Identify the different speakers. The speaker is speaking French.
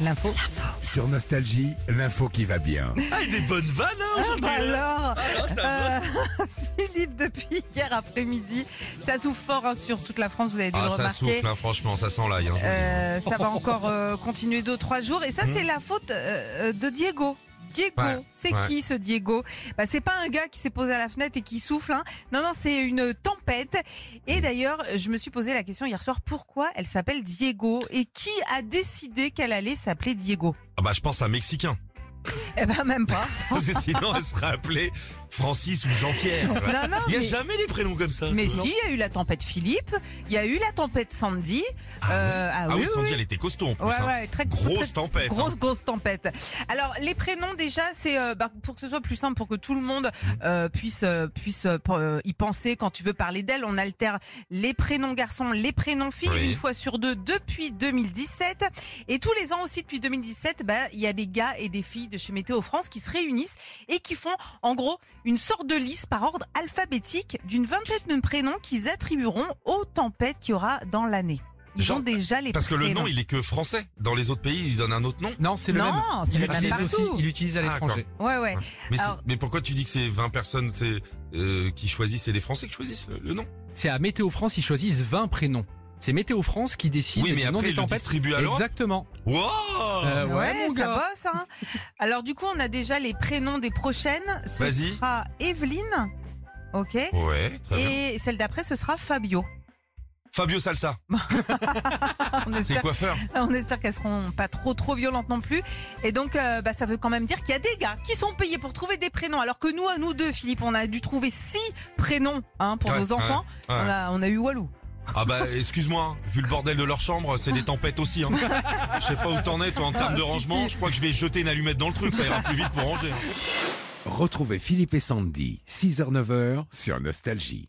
Speaker 1: L'info.
Speaker 2: Sur Nostalgie, l'info qui va bien.
Speaker 3: Ah, et des bonnes vannes, hein,
Speaker 1: Ah, bah
Speaker 3: aujourd'hui
Speaker 1: alors,
Speaker 3: Ah, ça
Speaker 1: euh, Philippe, depuis hier après-midi, ça souffle fort hein, sur toute la France, vous avez dû
Speaker 3: Ah,
Speaker 1: le
Speaker 3: ça
Speaker 1: remarquer.
Speaker 3: souffle, hein, franchement, ça sent l'ail. hein.
Speaker 1: Euh, ça va encore euh, continuer deux trois jours et ça c'est la faute euh, euh, de Diego. Diego,
Speaker 3: Hmm. Ouais,
Speaker 1: c'est
Speaker 3: ouais.
Speaker 1: qui ce Diego bah, C'est pas un gars qui s'est posé à la fenêtre et qui souffle. hein. Non, non, c'est une tempête. Et d'ailleurs, je me suis posé la question hier soir pourquoi elle s'appelle Diego et qui a décidé qu'elle allait s'appeler Diego
Speaker 3: Ah bah, je pense à un Mexicain.
Speaker 1: Eh ben même pas.
Speaker 3: Parce que sinon, elle serait appelée Francis ou Jean-Pierre.
Speaker 1: non, non,
Speaker 3: Il n'y a
Speaker 1: mais-
Speaker 3: jamais des prénoms comme ça.
Speaker 1: Mais
Speaker 3: Non.
Speaker 1: si, il y a eu la tempête Philippe, il y a eu la tempête Sandy. Euh, ah,
Speaker 3: Ah oui,
Speaker 1: oui,
Speaker 3: Sandy,
Speaker 1: oui.
Speaker 3: elle était costaud en plus.
Speaker 1: Ouais,
Speaker 3: hein.
Speaker 1: ouais, très très-
Speaker 3: Grosse tempête. hein.
Speaker 1: Grosse, grosse tempête. Alors, les prénoms, déjà, c'est euh, bah, pour que ce soit plus simple, pour que tout le monde
Speaker 3: Mm.
Speaker 1: euh, puisse, euh, puisse euh, pour, euh, y penser quand tu veux parler d'elle. On alterne les prénoms garçons, les prénoms filles,
Speaker 3: Oui.
Speaker 1: une fois sur deux depuis 2017. Et tous les ans aussi, depuis 2017, bah, il y a des gars et des filles de chez Météo France qui se réunissent et qui font, en gros, une sorte de liste par ordre alphabétique d'une vingtaine de prénoms qu'ils attribueront aux tempêtes qu'il y aura dans l'année. Ils
Speaker 3: Genre-
Speaker 1: ont déjà les
Speaker 3: Parce que le
Speaker 1: prénoms.
Speaker 3: nom, il est que français. Dans les autres pays, ils donnent un autre nom.
Speaker 4: Non, c'est le
Speaker 1: Non,
Speaker 4: même.
Speaker 1: c'est
Speaker 4: Il
Speaker 1: le même
Speaker 4: l'utilise aussi,
Speaker 1: partout.
Speaker 4: Il l'utilise à
Speaker 3: Ah,
Speaker 4: l'étranger.
Speaker 1: Ouais, ouais.
Speaker 3: Mais, c'est-
Speaker 1: Alors-
Speaker 3: mais pourquoi tu dis que c'est 20 personnes c'est, euh, qui choisissent et les Français qui choisissent le, le nom
Speaker 4: C'est à Météo France, ils choisissent 20 prénoms. C'est Météo France qui décide
Speaker 3: Oui, mais
Speaker 4: du nom
Speaker 3: après,
Speaker 4: des
Speaker 3: ils le
Speaker 4: tempêtes.
Speaker 3: distribuent à l'Europe.
Speaker 4: Exactement.
Speaker 3: Wow Ah
Speaker 4: Euh, ouais, mon
Speaker 1: ça
Speaker 4: gars.
Speaker 1: bosse. Hein. Alors du coup, on a déjà les prénoms des prochaines. Ce
Speaker 3: Vas-y.
Speaker 1: sera Evelyne, ok.
Speaker 3: Ouais, très bien.
Speaker 1: Et celle d'après, ce sera Fabio.
Speaker 3: Fabio Salsa,
Speaker 1: On
Speaker 3: Ah, c'est
Speaker 1: espère,
Speaker 3: coiffeur.
Speaker 1: on espère qu'elles seront pas trop trop violentes non plus. Et donc, euh, bah, ça veut quand même dire qu'il y a des gars qui sont payés pour trouver des prénoms, alors que nous, à nous deux, Philippe, on a dû trouver six prénoms hein, pour
Speaker 3: Ouais,
Speaker 1: nos enfants.
Speaker 3: ouais, ouais.
Speaker 1: On, a, on a eu Walou.
Speaker 3: Ah bah excuse-moi, vu le bordel de leur chambre, c'est des tempêtes aussi. Hein. Je sais pas où t'en es toi en termes de rangement, je crois que je vais jeter une allumette dans le truc, ça ira plus vite pour ranger. hein.
Speaker 2: Retrouvez Philippe et Sandy, 6h-9h sur Nostalgie.